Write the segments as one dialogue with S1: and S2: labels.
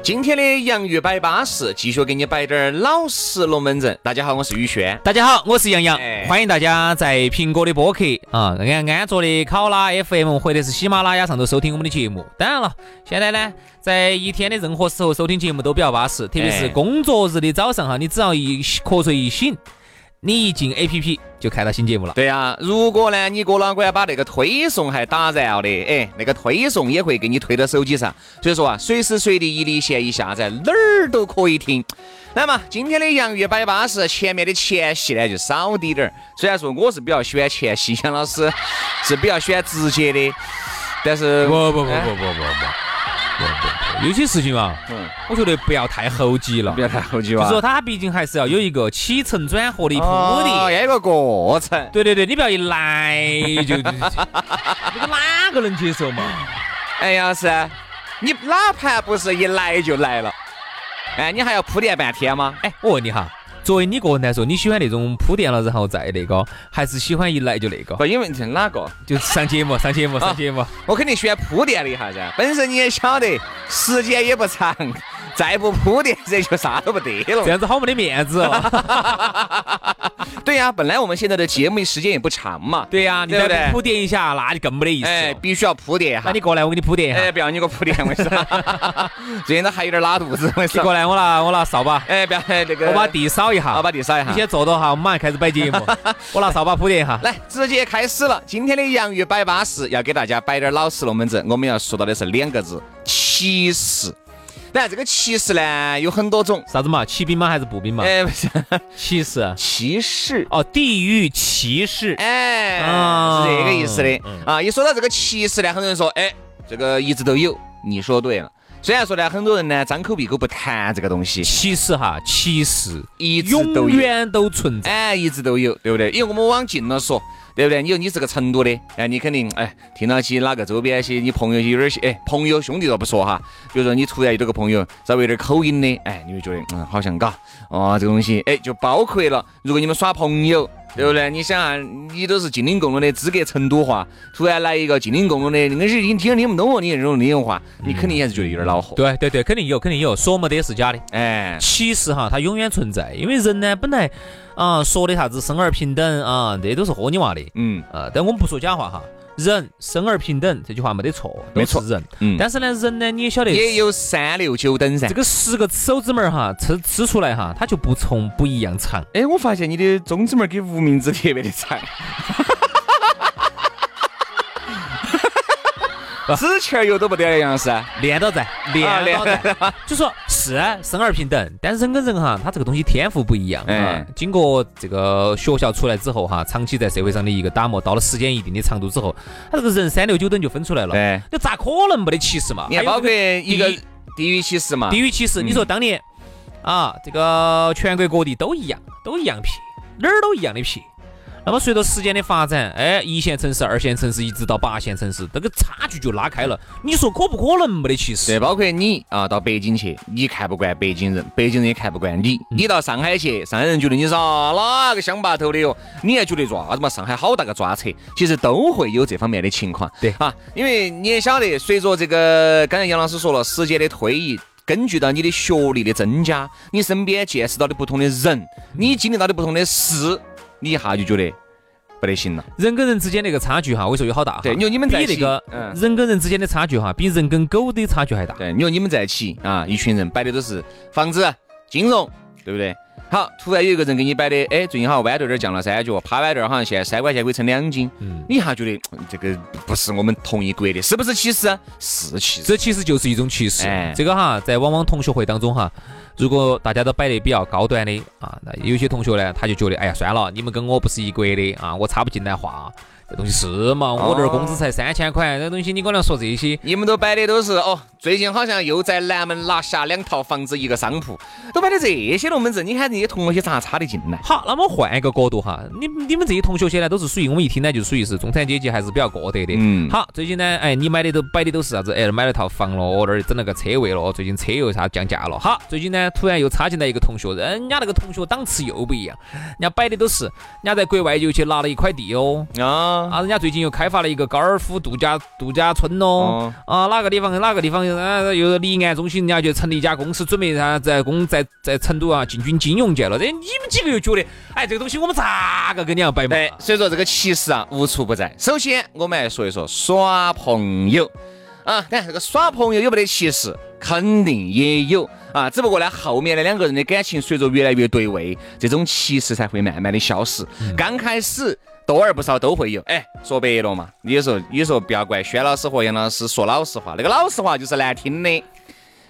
S1: 今天的洋芋摆巴士，继续给你摆点儿老实龙门阵。大家好，我是宇轩。
S2: 大家好，我是杨洋
S1: 哎，
S2: 欢迎大家在苹果的播客啊，安安卓的考拉 FM 或者是喜马拉雅上头收听我们的节目。当然了，现在呢，在一天的任何时候收听节目都比较巴适，特别
S1: 哎
S2: 是工作日的早上哈，你只要一瞌睡一醒，你一进 APP 就看到新节目了。
S1: 对啊，如果呢你哥老倌把那个推送还打燃了的，哎，那个推送也会给你推到手机上。所以说啊，随时随地一离线一下载，哪儿都可以听。那么今天的洋芋摆巴士，前面的前戏呢就少滴点儿。虽然说我是比较喜欢前戏，杨老师 是比较喜欢直接的，但是哎
S2: 不不不不，有些事情啊，
S1: 嗯
S2: 我觉得不要太猴急了
S1: 不。要太猴急
S2: 就
S1: 哇。
S2: 是说，它毕竟还是要有一个起承转合的铺垫。
S1: 哦，要有个过程。
S2: 对对对，你不要一来就，这个哪个能接受嘛？
S1: 哎，杨老师，你哪怕不是一来就来了，哎，你还要铺垫半天吗？
S2: 哎，我问你哈，作为你个人来说，你喜欢那种铺垫了然后再那个，还是喜欢一来就那个？
S1: 不，因为你是哪个？
S2: 就上节目，上节目，上节目。
S1: 我肯定选铺垫了一下噻。本身你也晓得，时间也不长，再不铺垫，这就啥都不得
S2: 这
S1: 了。
S2: 样子好没得面子哦。
S1: 啊对呀、本来我们现在的节目时间也不长嘛。
S2: 对呀、你
S1: 对不对
S2: 再不铺垫一下，那就更没得意思
S1: 哎，
S2: 了。
S1: 必须要铺垫一
S2: 那
S1: 下
S2: 你。过来，我给你铺垫一
S1: 哎，
S2: 下。
S1: 不要你给我铺垫，我跟你 说，最近都还有点拉肚子，我跟你
S2: 你
S1: 说。
S2: 过来，我拿我拿扫把，
S1: 哎，不要哎那个，啊
S2: 我把地扫一下
S1: 我。把地扫一下
S2: 你。先坐到哈，我们马上开始摆节目。我拿扫把铺垫一下。
S1: 来，直接开始了。今天的洋芋摆巴适，要给大家摆点老实龙门阵。我们要说到的是两个字：歧视。当然，这个歧视呢有很多种。
S2: 啥子嘛？骑兵吗？还是步兵嘛？
S1: 哎，不是
S2: 歧视。
S1: 歧视，
S2: 哦，地域歧视。
S1: 哎，
S2: 哦
S1: 是这个意思的啊。一说到这个歧视呢，很多人说，哎，这个一直都有。你说对了。虽然说呢，很多人呢张口闭口不谈这个东西，
S2: 歧视哈，歧视
S1: 一直都
S2: 永
S1: 有。
S2: 远都存在。
S1: 哎，一直都有，对不对？因为我们往近了说，对不对？你说你是个成都的，哎，你肯定哎，听到起哪个周边些，你朋友些有点些，哎，朋友兄弟倒不说哈，比如说你突然有这个朋友稍微有点口音的，哎，你会觉得嗯，好像嘎，哦，这个东西，哎，就包括了。如果你们耍朋友，对不对？你想啊，你都是晋宁共荣的资格成都话，突然来一个晋宁共荣的，硬是已经听听不懂了，你这种那种话，你肯定还是觉得有点恼火。
S2: 对对对，肯定有，肯定有，说没得是假的。
S1: 哎，
S2: 歧视哈，它永远存在，因为人呢本来啊、说的啥子生而平等啊，这都是豁你娃的
S1: 嗯
S2: 啊。但我们不说假话哈，人生而平等这句话没得错，都
S1: 没错
S2: 是人。
S1: 嗯，
S2: 但是呢，人呢你也晓得，
S1: 也有三六九等噻
S2: 这。个十个手指门儿哈，吃吃出来哈，它就不从不一样长。
S1: 哎，我发现你的中指拇儿跟无名指特别的 长，指甲油都不得了，杨老师。
S2: 练到在，
S1: 啊
S2: 练
S1: 练
S2: 到在，就说是生而平等，但是人跟人哈，他这个东西天赋不一样啊
S1: 哎。
S2: 经过这个学校出来之后哈，长期在社会上的一个打磨，到了时间一定的长度之后，他这个人三六九等就分出来了。
S1: 对，
S2: 那咋可能没得歧视嘛？
S1: 哎你看，包括嗯一个
S2: 地域
S1: 地域歧视嘛
S2: 地，域歧视，你说当年啊，这个全国各地都一样，都一样撇，哪儿都一样的撇。那么随着时间的发展，哎，一线城市、二线城市一直到八线城市，这个差距就拉开了。你说可不可能没得歧视
S1: 对，？包括你啊，到北京去，你看不惯北京人，北京人也看不惯你。你到上海去，上海人觉得你是啊哪个乡坝头的哟，你还觉得抓啥子嘛？上海好大个抓扯，其实都会有这方面的情况。
S2: 对
S1: 啊，因为你也晓得，随着这个刚才杨老师说了，时间的推移。根据到你的学历的增加，你身边见识到的不同的人，你经历到的不同的事，你一下就觉得不得行了。啊
S2: 人跟人之间那个差距哈，我跟你说有好大哈。
S1: 对你说你们在
S2: 比
S1: 一起
S2: 那个
S1: 嗯
S2: 人跟人之间的差距哈，比人跟狗的差距还大。
S1: 对，你说你们在一起啊，一群人摆的都是房子、金融，对不对？好，突然有一个人给你摆的，哎，最近好像豌豆有点降了三角，耙豌豆好像现在三块钱可以称两斤，你一下觉得嗯这个不是我们同一国的，是不是歧视？是歧视。
S2: 这其实就是一种歧视。
S1: 哎
S2: 这个哈，在往往同学会当中哈，如果大家都摆得比较高端的啊，那有些同学呢，他就觉得，哎呀，算了，你们跟我不是一国的啊，我插不进来话，这东西是嘛，
S1: 哦
S2: 我这儿工资才三千块，这东西你跟我来说这些，
S1: 你们都摆的都是哦，最近好像又在南门拿下两套房子一个商铺，都摆的这些龙门阵，你看这些同学咋插得进来？
S2: 好，那么换一个角度哈，你你们这些同学些呢，都是属于我们一听呢，就属于是中产阶级，还是比较过得的。
S1: 嗯
S2: 好，最近呢，哎，你买的都摆的都是啥子？哎，买了套房了，我那儿整了个车位了，最近车又啥降价了。好，最近呢，突然又插进来一个同学，人家那个同学档次又不一样，人家摆的都是，人家在国外又去拿了一块地哦，
S1: 啊，
S2: 啊，人家最近又开发了一个高尔夫度假度假村哦，啊，哪个地方哪个地方，啊，又是离岸中心，人家就成立一家公司，准备啥在公在在成都啊进军金融界了。这你们几个又觉得，哎，这个东西我们咋个跟你要摆嘛？
S1: 对，哎所以说这个歧视啊无处不在。首先，我们来说一说耍朋友啊，但这个耍朋友有没得歧视？肯定也有啊，只不过呢，后面的两个人的感情随着越来越对位，这种歧视才会慢慢的消失。刚开始多而不少都会有，哎，说白了嘛，有时候有时候不要怪轩老师和杨老师说老实话，那个老实话就是难听的。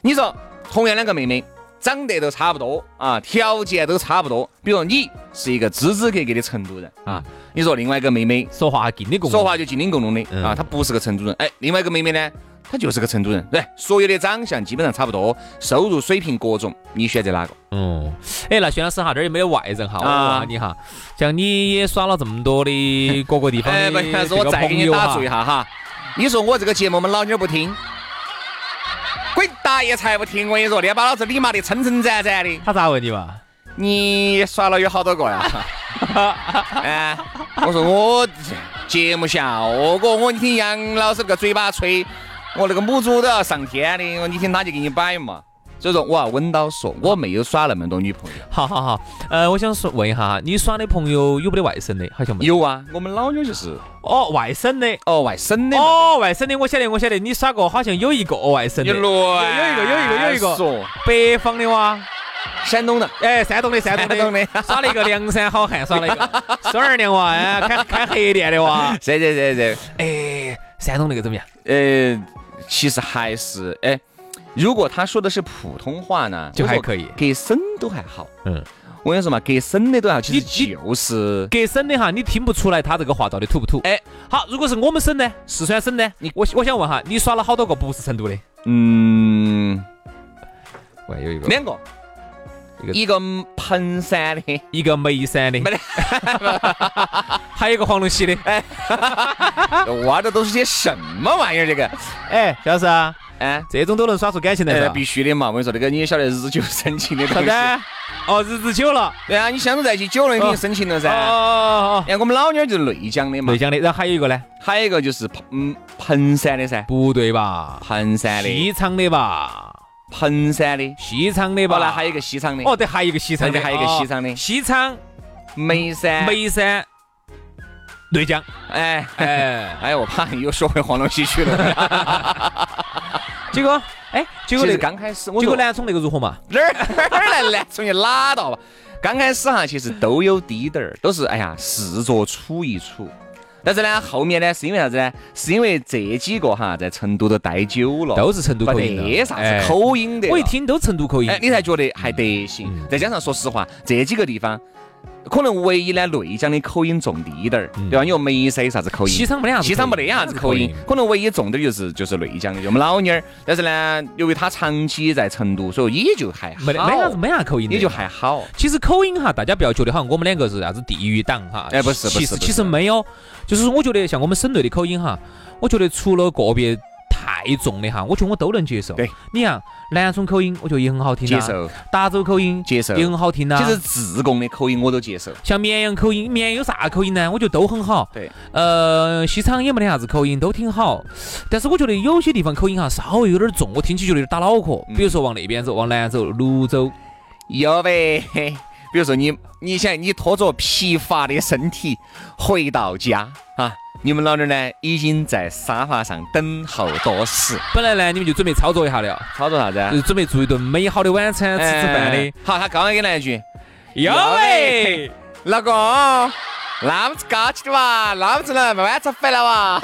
S1: 你说同样两个妹妹，长得都差不多啊，条件都差不多。比如你是一个支支格格的成都人啊，你说另外一个妹妹
S2: 说话还跟你共
S1: 说话就精灵共仝的
S2: 嗯
S1: 啊，她不是个成都人，哎，另外一个妹妹呢，她就是个成都人，对，所有的长相基本上差不多，收入水平各种，你选择哪个？
S2: 嗯，哎，那薛老师哈，这儿有没有外人哈？我
S1: 啊
S2: 问下你哈，像你也耍了这么多的各个地 方
S1: 哎，
S2: 的
S1: 不行，
S2: 这
S1: 是我
S2: 个
S1: 再给
S2: 朋
S1: 你
S2: 友啊
S1: 打
S2: 哈
S1: 住一，下哈。你说我这个节目，我们老妞儿不听，滚大爷才不听！我跟你说，你把老子你骂得撑撑展展的。
S2: 他咋问你嘛？
S1: 你耍了有好多个呀？ 哎，我说我节目效果，我你听杨老师那个嘴巴吹，我那个母猪都要上天的，我你听他就给你摆嘛。所以说，我要稳到说，我没有耍那么多女朋友。
S2: 好好好，呃，我想说问一下哈，你耍的朋友有没得外省的？好像没有。
S1: 有啊，我们老妞就是
S2: 哦，外省的。
S1: 哦外省的嘛，
S2: 哦，外省的，我晓得，我晓得，你耍过，好像有一个外省
S1: 你
S2: 的，
S1: 乱有
S2: 有一个有一个有一个
S1: 哎说
S2: 北方的哇，
S1: 山东的，
S2: 哎，山东的山东
S1: 山东
S2: 的
S1: 的，
S2: 耍了一个梁山好汉，耍了一个孙二娘哇，哎，开开黑店的 哇，
S1: 这这这这。
S2: 哎，山东那个怎么样？
S1: 呃，其实还是哎，如果他说的是普通话呢，
S2: 就
S1: 我说
S2: 还可以
S1: 隔省都还好。
S2: 嗯，
S1: 我跟你说嘛，隔省的都还好，其
S2: 你
S1: 实就是
S2: 各省的哈，你听不出来他这个话到底土不土？
S1: 哎，
S2: 好，如果是我们省呢，四川省呢，你我我想问哈，你耍了好多个不是成都的？
S1: 嗯
S2: 喂，有一个
S1: 两个，一个彭山的，
S2: 一个眉山的，
S1: 没得
S2: 还有一个黄龙溪的。哎啊
S1: 哇，这都是些什么玩意儿？这个，
S2: 哎，肖老师啊，
S1: 哎，
S2: 这种都能耍出感情来
S1: 呃，
S2: 了，
S1: 必须的嘛！我跟你说，这个你也晓得，日久生情的
S2: 啥
S1: 东西。
S2: 子？哦，日子久了，
S1: 对啊，你相处在一起久了，你肯定生情了
S2: 哦
S1: 噻。
S2: 哦哦
S1: 哎，我们老妞儿就是内江的
S2: 哦，
S1: 嘛
S2: 内，江的，然后还有一个呢？
S1: 还有一个就是彭嗯彭山的噻，
S2: 不对吧？
S1: 彭山的，
S2: 西昌的吧？
S1: 彭山的，
S2: 西昌的
S1: 好
S2: 吧？
S1: 了，还有一个西昌的，
S2: 哦，对，还有一个西昌的，
S1: 对还有一个西昌的哎
S2: 哦西昌、
S1: 眉山，
S2: 眉山、内江，
S1: 哎哎
S2: 哎。
S1: 哎，我怕你又说回黄龙溪去了。
S2: 结果，哎，
S1: 其
S2: 结果那
S1: 实
S2: 个，
S1: 刚开始，我
S2: 结
S1: 说
S2: 果南充那个如何嘛？
S1: 哪儿 哪儿来南充，你拉倒吧。刚开始哈，其实都有滴点儿，都是哎呀，试着处一处。但是呢，后面呢，是因为啥子呢？是因为这几个哈，在成都都待久了，
S2: 都是成都口音的
S1: 没得啥
S2: 哎
S1: 子口音的。
S2: 我一，听嗯都成都口音
S1: 哎，，你才觉得还得行。再加上说实话，这几个地方。可能唯一呢，内江的口音重滴点儿，对吧？你说眉山有啥子口音？
S2: 嗯西昌没得啥子口音，
S1: 西昌没得啥子口音，可能唯一重点就是就是内江的，就我们老妞儿。但是呢，由于她长期在成都，所以也就还好，
S2: 没得没啥子没啥口音的，
S1: 也就还好。
S2: 其实口音哈，大家不要觉得好像我们两个是啥子地域党哈，
S1: 哎不是不
S2: 其
S1: 是
S2: 实
S1: 不是
S2: 其实没有，就是我觉得像我们省内的口音哈，我觉得除了个别太重的哈，我觉得我都能接受。
S1: 对，
S2: 你看南充口音，我觉得也很好听、
S1: 接。受，
S2: 达州口音
S1: 接受
S2: 也很好听呐、
S1: 其实自贡的口音我都接受。
S2: 像绵阳口音，绵阳有啥口音呢？我觉得都很好。
S1: 对，
S2: 呃，西昌也没得啥子口音，都挺好。但是我觉得有些地方口音哈稍微有点重，我听起就有点打脑壳。
S1: 嗯
S2: 比如说往那边走，往南走，泸州，
S1: 有呗， 比如说你，你想你拖着疲乏的身体回到家啊，你们老妞儿呢已经在沙发上等候多时，
S2: 本来呢你们就准备操作一下的，
S1: 操作啥子啊？
S2: 呃
S1: 哎
S2: 就是准备做一顿美好的晚餐，吃吃饭的。
S1: 哎好，他刚刚给你来一句，
S2: 哟喂，
S1: 老公，那么子高级的哇，那么子能慢慢吃肥了哇。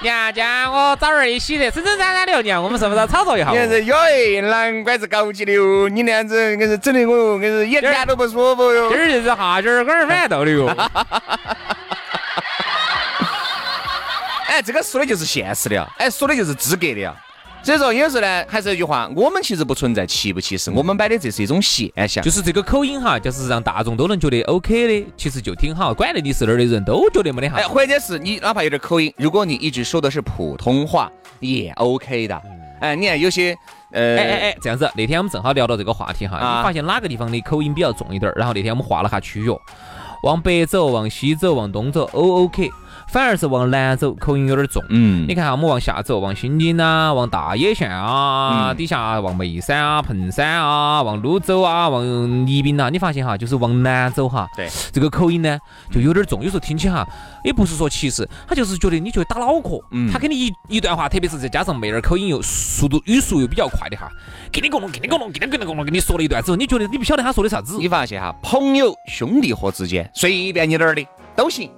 S2: 娘家我早儿一洗的，整整展展的，娘我们是不是要炒作一下
S1: 你？看这，哟哎，难怪是高级的哦。你那样子，硬是整的我，硬是一点都不舒服哟
S2: 今。儿就是哈卷儿跟儿反斗的 哟。
S1: 哎，这个说的就是现实的呀，哎，说的就是资格的呀。所以说，有时候呢，还是那句话，我们其实不存在歧不歧视，我们摆的这是一种现象。
S2: 就是这个口音哈，就是让大众都能觉得 OK 的，其实就挺好，管得你是哪儿的人都觉得没得
S1: 哎，
S2: 啥。
S1: 或者是你哪怕有点口音，如果你一直说的是普通话，也 OK 的。哎，你看有些呃，
S2: 嗯哎哎哎，这样子，那天我们正好聊到这个话题哈，
S1: 啊
S2: 你发现哪个地方的口音比较重一点儿？然后那天我们画了下区域，哦往北走，往西走，往东走，O OK，反而是往南走，口音有点重。
S1: 嗯，
S2: 你看啊哈，我们往下走，往新津呐，往大冶县啊，
S1: 嗯
S2: 底下往眉山啊、彭山啊，往泸州啊，往宜宾呐，你发现哈，就是往南走哈，
S1: 对，
S2: 这个口音呢就有点重，有时候听起哈，也不是说歧视，他就是觉得你觉得打脑壳，
S1: 嗯
S2: 他给你一一段话，特别是再加上妹儿口音又速度语速又比较快的哈，给你咕隆给你咕隆给你咕隆咕隆给你说了一段之后，你觉得你不晓得他说的啥子，
S1: 你发现哈，朋友兄弟伙之间随便你哪儿的都行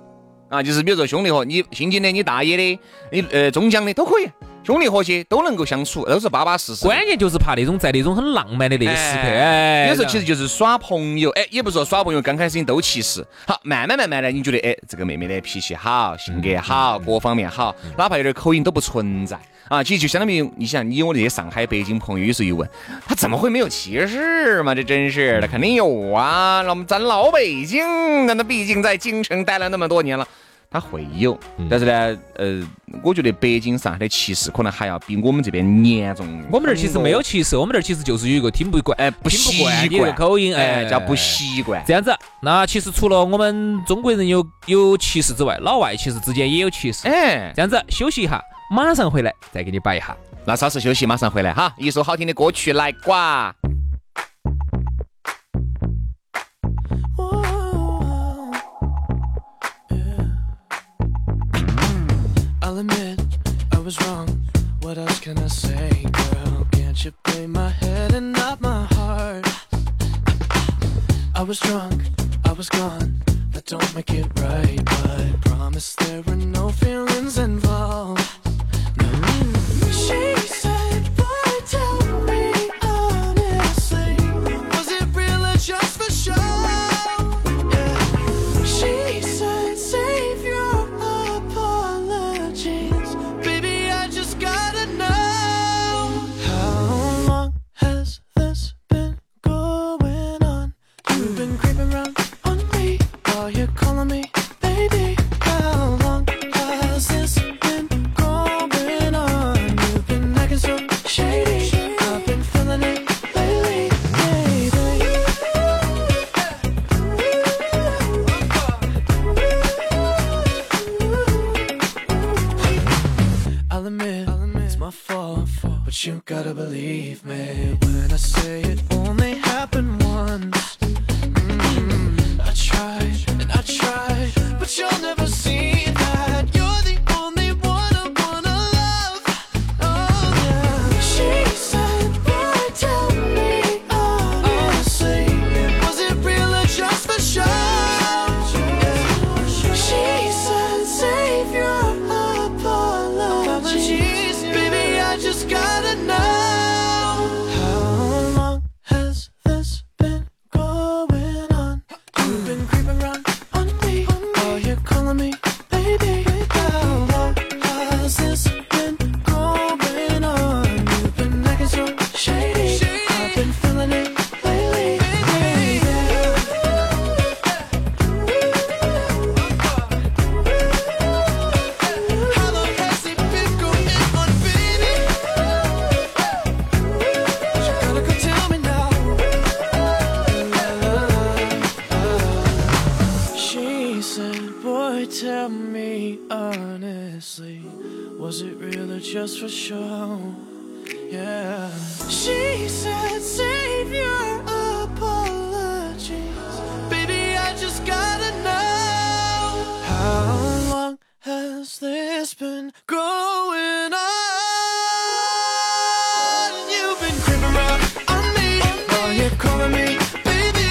S1: 啊，就是比如说兄弟伙，你新津的，你大爷的，你呃中江的都可以，兄弟伙些都能够相处，都是巴巴适适的。
S2: 关键就是怕那种在那种很浪漫的那个时刻，哎，
S1: 有时候其实就是耍朋友，哎，也不是说耍朋友，刚开始你都歧视，好，慢慢慢慢的，你觉得，哎，这个妹妹的脾气好，性格好，各方面好，哪怕有点口音都不存在啊，其实就相当于你想，你我那些上海、北京朋友，有时候一问，他怎么会没有歧视嘛？这真是的，肯定有啊。那我们咱老北京，那那毕竟在京城待了那么多年了。他会有，但是呢，呃，我觉得北京、上海的歧视可能还要比我们这边严重很多。
S2: 我们这儿其实没有歧视，我们这儿其实就是有一个听不惯，
S1: 哎不
S2: 听
S1: 习
S2: 不惯的一个
S1: 惯
S2: 口音，
S1: 哎，
S2: 哎，
S1: 叫不。习惯。
S2: 这样子，啊那其实除了我们中国人有有歧视之外，老外其实之间也有歧视。
S1: 哎，
S2: 这样子，休息一下，马上回来再给你摆一下。
S1: 那稍事休息，马上回来哈。一首好听的歌曲来呱。
S3: I'll admit I was wrong. What else can I say, girl? Can't you blame my head and not my heart? I was drunk, I was gone. That don't make it right, but I promise there were no feelings involved. She said, Boy, tell me honestly, was it real or just for show? Yeah. She said, Save your apologies, baby. I just gotta know. How long has this been going on? You've been creeping around on me while you're calling me baby. How long has this been going on? You've been acting so shady. I've been feeling it lately, baby. I'll admit, it's my fault, but you gotta believe me when I say it only happened once. I tried and I tried, but you'll never see that. You're the only one I wanna love. Oh yeah. She said, Boy, tell me honestly, was it real or just for show? Yeah. She said, Save your apologies, baby. I just gotta know how long has this been going on? You've been creeping around on me. Oh, you're calling me, baby. How long has this been going on? You've been acting so shady. I've been feeling it lately, baby. How long has it been going on, baby? You gotta go tell me now. She said, Boy, tell me honestly, was it real or just for show? Yeah. She said, Save your apologies. Baby, I just gotta know. How long has this been going on? You've been creeping around on me. Oh, you're calling me, baby.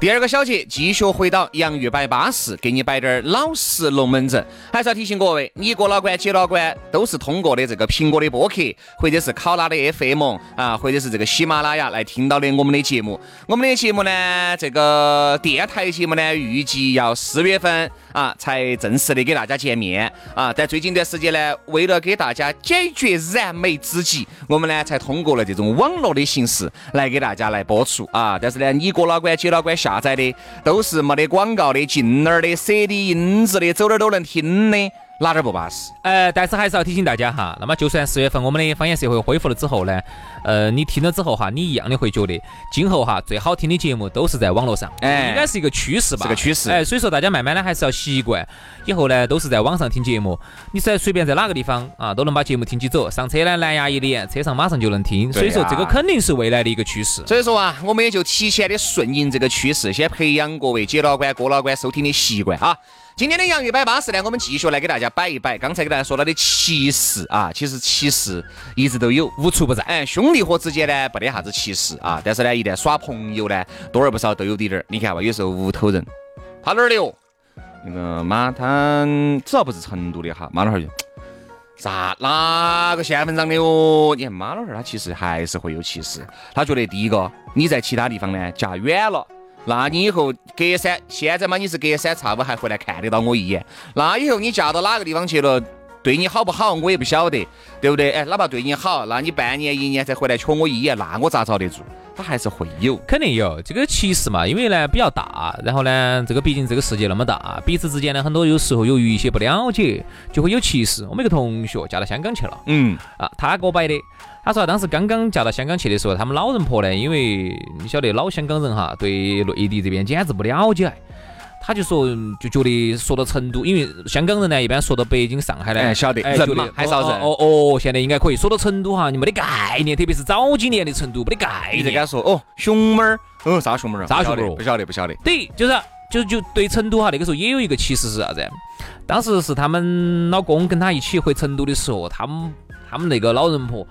S1: 第二个小节继续回到洋芋摆巴士，给你摆点儿老实龙门阵。还是要提醒各位，你过老关、解老关都是通过的这个苹果的播客，或者是考拉的 FM 啊，或者是这个喜马拉雅来听到的我们的节目。我们的节目呢，这个电台节目呢，预计要四月份啊才正式的给大家见面啊。但最近段时间呢，为了给大家解决燃眉之急，我们呢才通过了这种网络的形式来给大家来播出啊。但是呢，你过老关、解老关下载的都是没得广告的、进哪儿的、CD 音质的，走哪儿都能听的，哪点儿不巴适？
S2: 呃，但是还是要提醒大家哈，那么就算四月份我们的方言社会恢复了之后呢，呃，你听了之后哈，你一样的会觉得，今后哈最好听的节目都是在网络上，
S1: 哎
S2: 应该是一个趋势吧，
S1: 是个趋势
S2: 哎，所以说大家慢慢的还是要习惯，以后呢都是在网上听节目，你在随便在哪个地方啊都能把节目听起走，上车呢蓝牙一连，车上马上就能听，所以说
S1: 对呀
S2: 这个肯定是未来的一个趋势。
S1: 所以说啊，我们也就提前的顺应这个趋势，先培养各位姐老倌、哥老倌收听的习惯啊。今天的洋芋摆巴士呢，我们继续来给大家摆一摆刚才给大家说到的歧视啊，其实歧视一直都有。
S2: 无处不在，
S1: 哎，兄弟伙之间呢，没得啥子歧视啊，但是呢，一旦耍朋友呢，多而不少都有滴点儿。你看吧，有时候屋头人，他哪儿的哟？那个妈，他至少不是成都的哈，妈老汉儿就。啥？哪个县份上的哦？你看妈老汉儿，他其实还是会有歧视。他觉得第一个，你在其他地方呢嫁远了，那你以后隔三现在嘛你是隔三差五还回来看得到我一眼，那以后你嫁到哪个地方去了，对你好不好我也不晓得，对不对？哎，哪怕对你好，那你半年一年才回来瞧我一眼，那我咋遭得住？他还是会有。
S2: 肯定有这个歧视嘛，因为呢比较大，然后呢，这个毕竟这个世界那么大，彼此之间呢很多有时候由于一些不了解，就会有歧视。我们一个同学嫁到香港去了
S1: 嗯，
S2: 啊，他给我摆的，他说他当时刚刚嫁到香港去的时候，他们老人婆呢，因为你晓得老香港人哈，对内地这边简直不了解。他就说，嗯就觉得说到成都，因为香港人呢，一般说到北京、上海呢，
S1: 哎晓得
S2: 哎
S1: 人
S2: 觉得
S1: 嘛还是要人
S2: 哦哦，哦现在应该可以说到成都哈，你没得概念，特别是早几年的成都没得概
S1: 你
S2: 念。
S1: 再给他说哦，熊猫儿，哦啥熊猫儿啊？不晓
S2: 哎啥熊猫儿
S1: 得
S2: 哦
S1: 不晓得，不晓得。
S2: 对，就是就就对成都哈，那个时候也有一个歧视是啥子？当时是他们老公跟他一起回成都的时候，他们他们那个老人婆。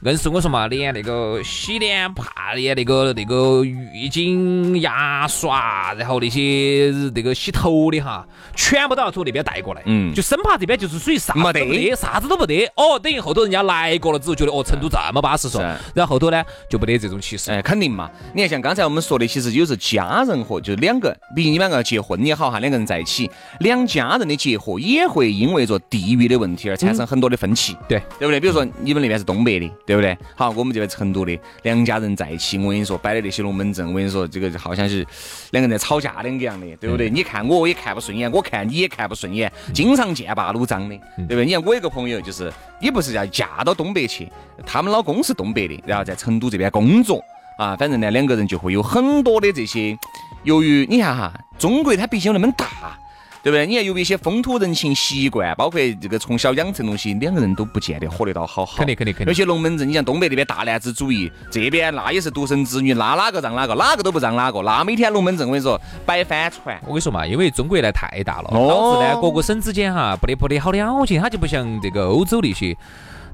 S2: 硬是我说嘛，连那个洗脸、帕脸、那个那个浴巾、牙刷，然后那些那个洗头的哈，全部都要从那边带过来，
S1: 嗯
S2: 就生怕这边就是属于啥子
S1: 没
S2: 都
S1: 得
S2: 没得，啥子都没得。哦，等于后头人家来过了之后，觉得哦，成都这么巴适嗦
S1: 是，
S2: 然后后头呢就没得这种歧视。
S1: 哎，肯定嘛！你看，像刚才我们说的，其实有时候家人和就是两个，毕竟你们两个结婚也好哈，两个人在一起，两家人的结合也会因为着地域的问题而产
S2: 嗯
S1: 生很多的分歧，
S2: 对
S1: 对不对？比如说你们那边是东北的，对不对？好，我们这边成都的，两家人在一起，我跟你说摆的那些龙门阵，我跟你说这个好像是两个人在吵架两个样的，对不对？你看我我也看不顺眼，我看你也看不顺眼，经常剑拔弩张的，对不对？你看我有个朋友就是也不是要嫁到东北去，他们老公是东北的，然后在成都这边工作。啊，反正呢，两个人就会有很多的这些。由于你看哈，中国它毕竟有那么大，对不对？你看，由于一些风土人情习惯，包括这个从小养成的东西，两个人都不见得活得到好好。
S2: 肯定肯定肯定
S1: 有些龙门阵，你像东北那边大男子主义，这边那也是独生子女，那哪个让哪个，哪个都不让哪个，那每天龙门阵，我跟你说，摆翻船。
S2: 我跟你说嘛，因为中国呢太大了，
S1: 哦
S2: 导致呢各个省之间哈不得不得好了解，它就不像这个呃欧洲那些。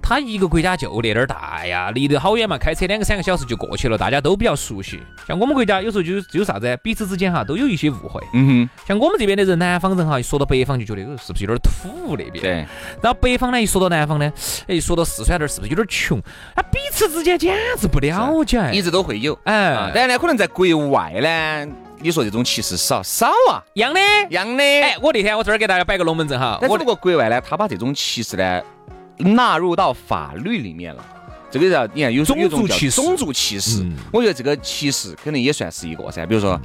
S2: 它一个国家就那点儿大呀，离得好远嘛，开车两个三个小时就过去了，大家都比较熟悉。像我们国家有时候就就啥子，彼此之间哈都有一些误会。
S1: 嗯哼，
S2: 像我们这边的人，南方人哈，一说到北方就觉得，哦，是不是有点土那边？
S1: 对，
S2: 然后北方呢，一说到南方呢，哎，一说到四川那儿是不是有点穷？他彼此之间简直不了解。
S1: 一直都会有。啊
S2: 哎，
S1: 当然呢，可能在国外呢，你说这种歧视少少啊，
S2: 一样的。
S1: 一样的。
S2: 哎，我那天我这儿给大家摆个龙门阵哈，
S1: 但
S2: 我
S1: 只不过国外呢，他把这种歧视呢纳入到法律里面了。这个叫你看，有时候有一种
S2: 种族
S1: 叫
S2: 歧视
S1: 种族歧视
S2: 嗯，
S1: 我觉得这个歧视肯定也算是一个噻。比如说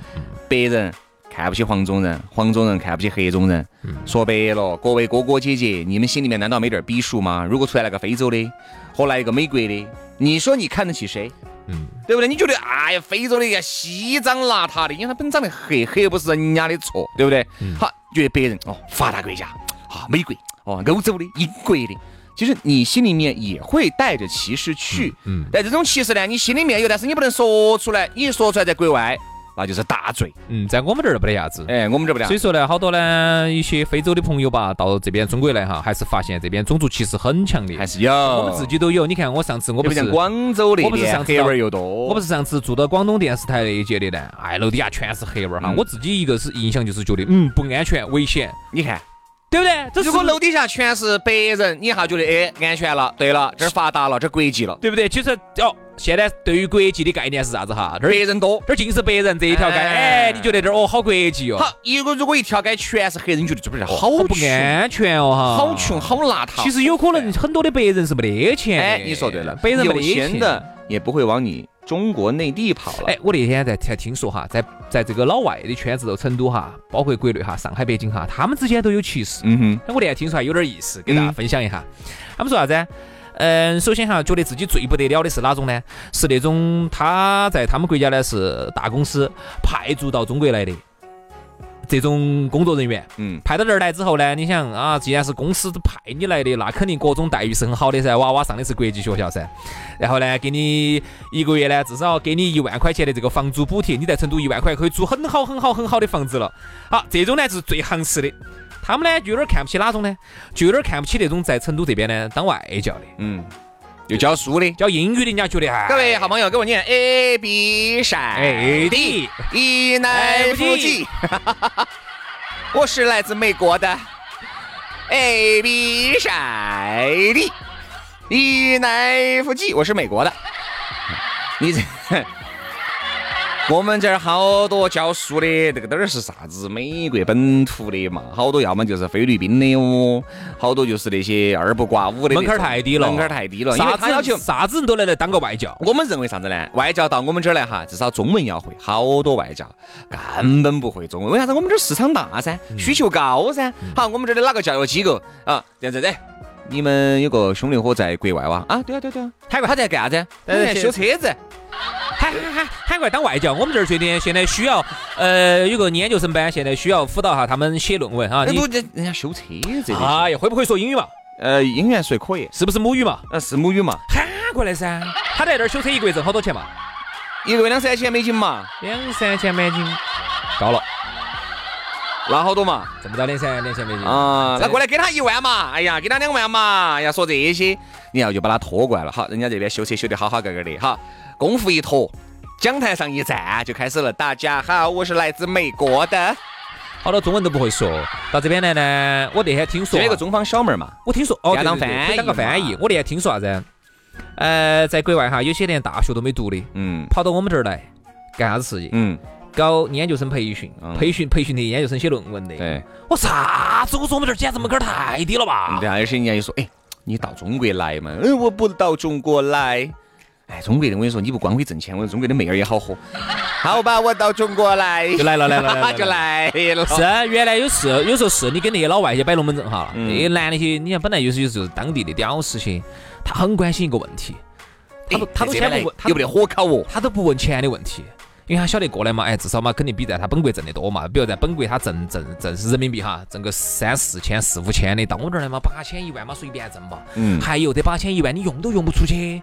S1: 白人看不起黄种人，黄种人看不起黑种人。
S2: 嗯
S1: 说白了，各位哥哥姐姐，你们心里面难道没点逼数吗？如果出来那个非洲的和来一个美国的，你说你看得起谁？
S2: 嗯，
S1: 对不对？你觉得哎呀，非洲的呀，西脏邋遢的，因为他本长得黑，黑又不是人家的错，对不对？
S2: 嗯
S1: 好，觉得白人哦，发达国家啊，美国哦，欧洲的，英国的。其实你心里面也会带着歧视去，
S2: 嗯嗯
S1: 但这种歧视呢，你心里面有，但是你不能说出来，你一说出来在国外那就是大罪。
S2: 嗯，在我们这儿不得啥子。
S1: 哎，我们这不了
S2: 嗯所以，说呢，好多呢一些非洲的朋友吧，到这边中国来哈，还是发现这边种族歧视很强烈
S1: 还。是有，
S2: 我
S1: 我
S2: 们自己都有，你看我上次我
S1: 我
S2: 不
S1: 不
S2: 是
S1: 像广州那
S2: 我不是
S1: 边
S2: 上次
S1: 黑
S2: 到
S1: 娃儿又多，
S2: 我不是上次住到广东电视台那一节的呢，哎，楼底下全是黑娃儿哈
S1: 嗯。
S2: 我自己一个是印象就是觉得，嗯，不安全、危险，
S1: 你看，
S2: 对不对？这是
S1: 如果楼底下全是白人，你一下觉得哎安全了，对了，这儿发达了，这儿国际了，
S2: 对不对？其实哦，现在对于国际的概念是啥子哈？这
S1: 白
S2: 儿
S1: 人多。
S2: 这儿尽是白人这一条街，
S1: 哎
S2: 哎，你觉得这儿哦好国际哦，
S1: 好，一个如果一条街全是黑人，你觉得这边人好
S2: 好不
S1: 穷，
S2: 安全哦哈，
S1: 好穷，。好邋遢。
S2: 其实有可能很多的白人是没得钱的，
S1: 哎，你说对了，
S2: 白人没
S1: 有
S2: 得
S1: 钱
S2: 钱。
S1: 的也不会往你中国内地跑了。
S2: 哎，我那天在才听说哈，在在这个老外的圈子头，成都哈，包括国内哈，上海、北京哈，他们之间都有歧视。哎
S1: 嗯哼，
S2: 那我那天听说还有点意思，给大家分享一下。他们说啥子啊？嗯，首先哈，觉得自己最不得了的是哪种呢？是那种他在他们国家呢是大公司派驻到中国来的这种工作人员，
S1: 嗯，
S2: 派到这儿来之后呢，你想啊，既然是公司派你来的，那肯定各种待遇是很好的噻，娃娃上的是国际学校噻。然后呢，给你一个月呢，至少给你一万块钱的这个房租补贴，你在成都一万块可以租很好很好很好的房子了。好，这种呢就是最行市的。他们呢就有点看不起哪种呢？就有点看不起那种在成都这边呢当外教的，
S1: 嗯，有教书的。
S2: 教英语的，人家觉得
S1: 各
S2: 哎，
S1: 位好朋友，各位你看，A B
S2: 哎
S1: 闪
S2: 的，
S1: 一奶夫妻， 我是来自美国的 A B 闪的一奶夫妻，我是美国的。你这， 我们这儿好多教书的，这个都儿是啥子美国本土的嘛，好多要么就是菲律宾的哦，好多就是那些二不挂五的那种，
S2: 门槛儿太低了
S1: 门槛儿太低了，因为
S2: 啥
S1: 他要求
S2: 子啥子人都来来当个外教。
S1: 我们认为啥子呢？外教到我们这儿来哈，至少中文要会，好多外教根本不会中文。为啥子？我们这儿市场大噻，需求高噻。好，我们这儿的哪个教育机构啊？这样子的，哎你们有个兄弟伙在国外哇？啊，对啊，对啊对啊。他他在干啥子？他
S2: 在
S1: 在修
S2: 修
S1: 车子。啊
S2: 喊喊喊喊过来当外教，我们这儿最近现在需要，呃，有个研究生班，现在需要辅导下他们写论文啊。
S1: 哎
S2: 你
S1: 不，这人家修车子的。
S2: 哎呀，会不会说英语嘛？
S1: 呃，英语还算可以，
S2: 是不是母语嘛？
S1: 呃，是母语嘛，
S2: 喊过来噻！他在这儿修车一个月挣好多钱嘛？
S1: 一个月两三千美金嘛，
S2: 两三千美金，高了，
S1: 那好多嘛。
S2: 挣不到两三两千美金
S1: 啊，那过
S2: 来，
S1: 来给他一万嘛，哎呀，给他两万嘛，要说这些，你要就把他拖过来了。好，人家这边修车修得好好个个的，哈，功夫一拖，讲台上一站就开始了。大家好，我是来自美国的，
S2: 好多中文都不会说。到这边来呢，我那天听
S1: 这
S2: 说啊，
S1: 边有个中方小妹儿嘛，
S2: 我听说哦，
S1: 要
S2: 对
S1: 当
S2: 对对
S1: 翻
S2: 可以当个
S1: 译嘛
S2: 翻译。我那天听说啥子？呃，在国外哈，有些连大学都没读的，
S1: 嗯
S2: 跑到我们这儿来干啥子事情？
S1: 嗯，
S2: 搞研究生培训
S1: 嗯，
S2: 培训培训的研究生写论文的。
S1: 对，
S2: 我啥子？我说我们这儿简直门槛太低了吧？
S1: 对啊，而且人家就说，哎，你到中国来嘛，嗯，我不到中国来。哎，中国人，我跟你说，你不光会挣钱，我说中国的妹儿也好喝。 好吧，我到中国来，
S2: 就来了来了来了
S1: 就来了。
S2: 是啊原来有时候有时候是你跟那些老外去摆龙门阵哈，
S1: 嗯
S2: 那些男那些，你看本来有时候就是当地的屌丝些，他很关心一个问题，他都
S1: 哎
S2: 他都
S1: 在这
S2: 先
S1: 边
S2: 不
S1: 来
S2: 问，他
S1: 有没得火烤哦？
S2: 他都不问钱的问题，因为他晓得过来嘛，哎，至少嘛肯定比在他本国挣得多嘛，比如在本国他挣挣挣人民币哈，挣个三四千四五千的，到我这儿来嘛八千一万嘛随便挣嘛，
S1: 嗯
S2: 还有这八千一万你用都用不出去，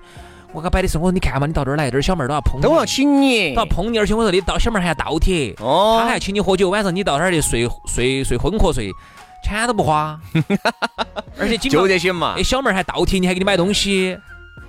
S2: 我给他摆的是我说你看嘛，你到这儿来，这儿小妹儿都要捧你，
S1: 嗯都要
S2: 都
S1: 请你。
S2: 要捧你，而且我说你到小妹儿还要倒贴。他
S1: 哎哦
S2: 还，请你喝酒，晚上你到那儿去睡睡睡昏瞌睡，钱都 不花，而且经常
S1: 就这些嘛
S2: 哎，。小妹儿还倒贴你，还给你买东西，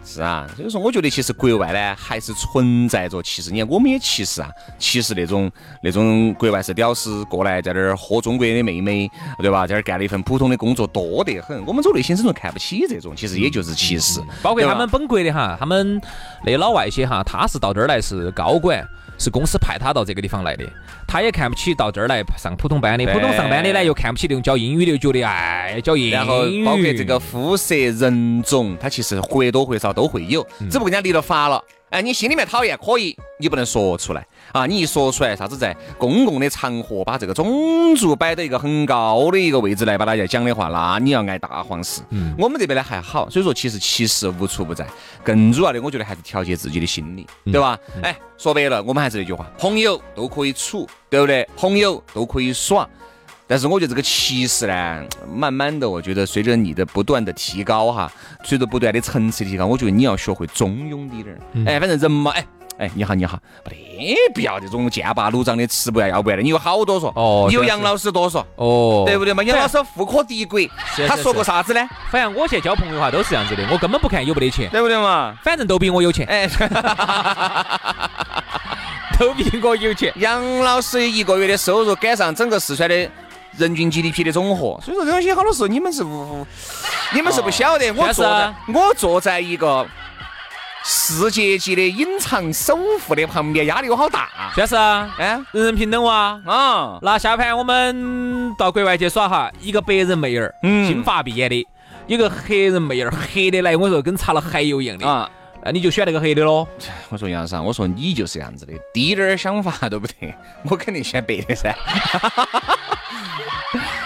S1: 是啊，所以说我觉得其实国外呢还是存在着歧视。你看我们也歧视啊，歧视那种那种国外是屌丝过来在这儿喝中国的妹妹，对吧？在这儿干了一份普通的工作，多得很。我们走内心深处看不起这种，其实也就是歧视。
S2: 嗯包括
S1: 对吧
S2: 他们本国的哈，他们那老外些哈，他是到这儿来是高管，是公司派他到这个地方来的，他也看不起到这儿来上普通班的，
S1: 对
S2: 普通上班的呢又看不起那种教英语的，又觉得哎教英语，
S1: 然后包括这个肤色、人种，它其实或多或少都会有，只不过人家立了法了。哎，你心里面讨厌可以，你不能说出来啊！你一说出来，啥子在公共的场合把这个种族摆到一个很高的一个位置来把它要讲的话，那你要挨大黄事。嗯，我们这边呢还好，所以说其实歧视无处不在，更主要的我觉得还是调节自己的心理，对吧？哎，说白了，我们还是那句话，朋友都可以处，对不对？朋友都可以耍。但是我觉得这个歧视呢，慢慢的，我觉得随着你的不断的提高哈，随着不断的层次提高，我觉得你要学会中庸一点儿。
S2: 嗯
S1: 哎，反正人嘛，哎哎，你好你好，没得必要这种剑拔弩张的吃不要要不然的，你有好多说，
S2: 哦
S1: 你有
S2: 这
S1: 杨
S2: 是
S1: 老师多说，
S2: 哦
S1: 对不对嘛？杨老 师富可敌国，
S2: 是
S1: 他
S2: 是
S1: 说过
S2: 是
S1: 啥子呢？
S2: 反正我现在交朋友哈都是这样子的，我根本不看有没得钱，
S1: 对不对嘛？
S2: 反正都比我有钱，
S1: 哎，
S2: 都比我有钱。
S1: 杨老师一个月的收入赶上整个四川的人均 GDP 的总和，所以说这东西好多时候你们是无，你们是不晓得。我
S2: 但是
S1: 坐在我坐在一个世界级的隐藏首富的旁边，压力有好大。
S2: 确实啊，
S1: 哎
S2: 人人平等哇。
S1: 啊，
S2: 那下盘我们到国外去耍哈，一个白人妹儿，
S1: 嗯
S2: 金发碧眼的，一个黑人妹儿，黑的来，我说跟擦了海油一样的
S1: 啊，
S2: 那你就选那个黑的喽。
S1: 我说杨生，我说你就是这样子的，滴点儿想法都不得，我肯定选白的噻。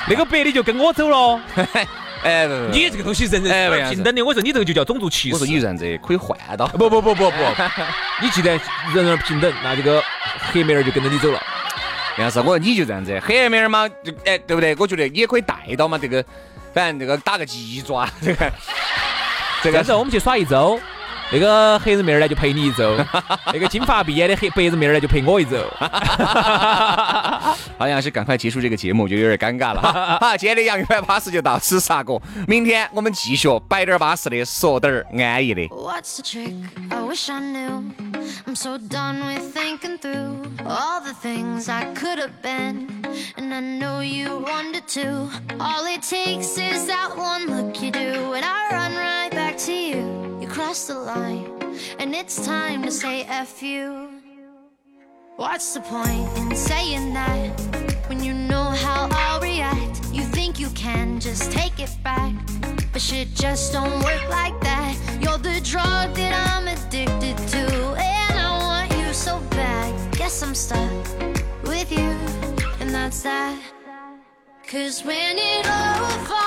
S2: 那个白的就跟我走喽。
S1: 哎，不不不
S2: 你这个东西人
S1: 哎
S2: 人
S1: 不一样
S2: 平等的，我说你这个就叫种族歧
S1: 我说
S2: 视。
S1: 你这样子可以换到。
S2: 不不不不不，你既然人人平等，那这个黑妹儿就跟着你 走了。
S1: 杨师，我说你就这样子，黑妹儿嘛，就哎，对不对？我觉得你也可以带到嘛，这个，反正这个打个鸡爪， 这个，这
S2: 但是
S1: 个，
S2: 我们去耍一周，那个黑人妹儿呢就陪你一 周，那个金发碧眼的黑白人妹儿呢就陪我一周。
S1: 好像是赶快结束这个节目，我觉得有点尴尬了哈。好，今天的洋芋摆巴士就到此杀过，明天我们继续摆点儿巴适的，说点儿安逸的。
S4: What's the trick? I wish I knew. I'm so done with thinking through all the things I could have been. And I know you wanted to. All it takes is that one look you do, and I run right back to you. You cross the line, and it's time to say F you. What's the point in saying that when you know how I'll react? You think you can just take it back, but shit just don't work like that. You're the drug that I'm addicted to, and I want you so bad. Guess I'm stuck with you, and that's that. Cause when it all falls
S3: Oh,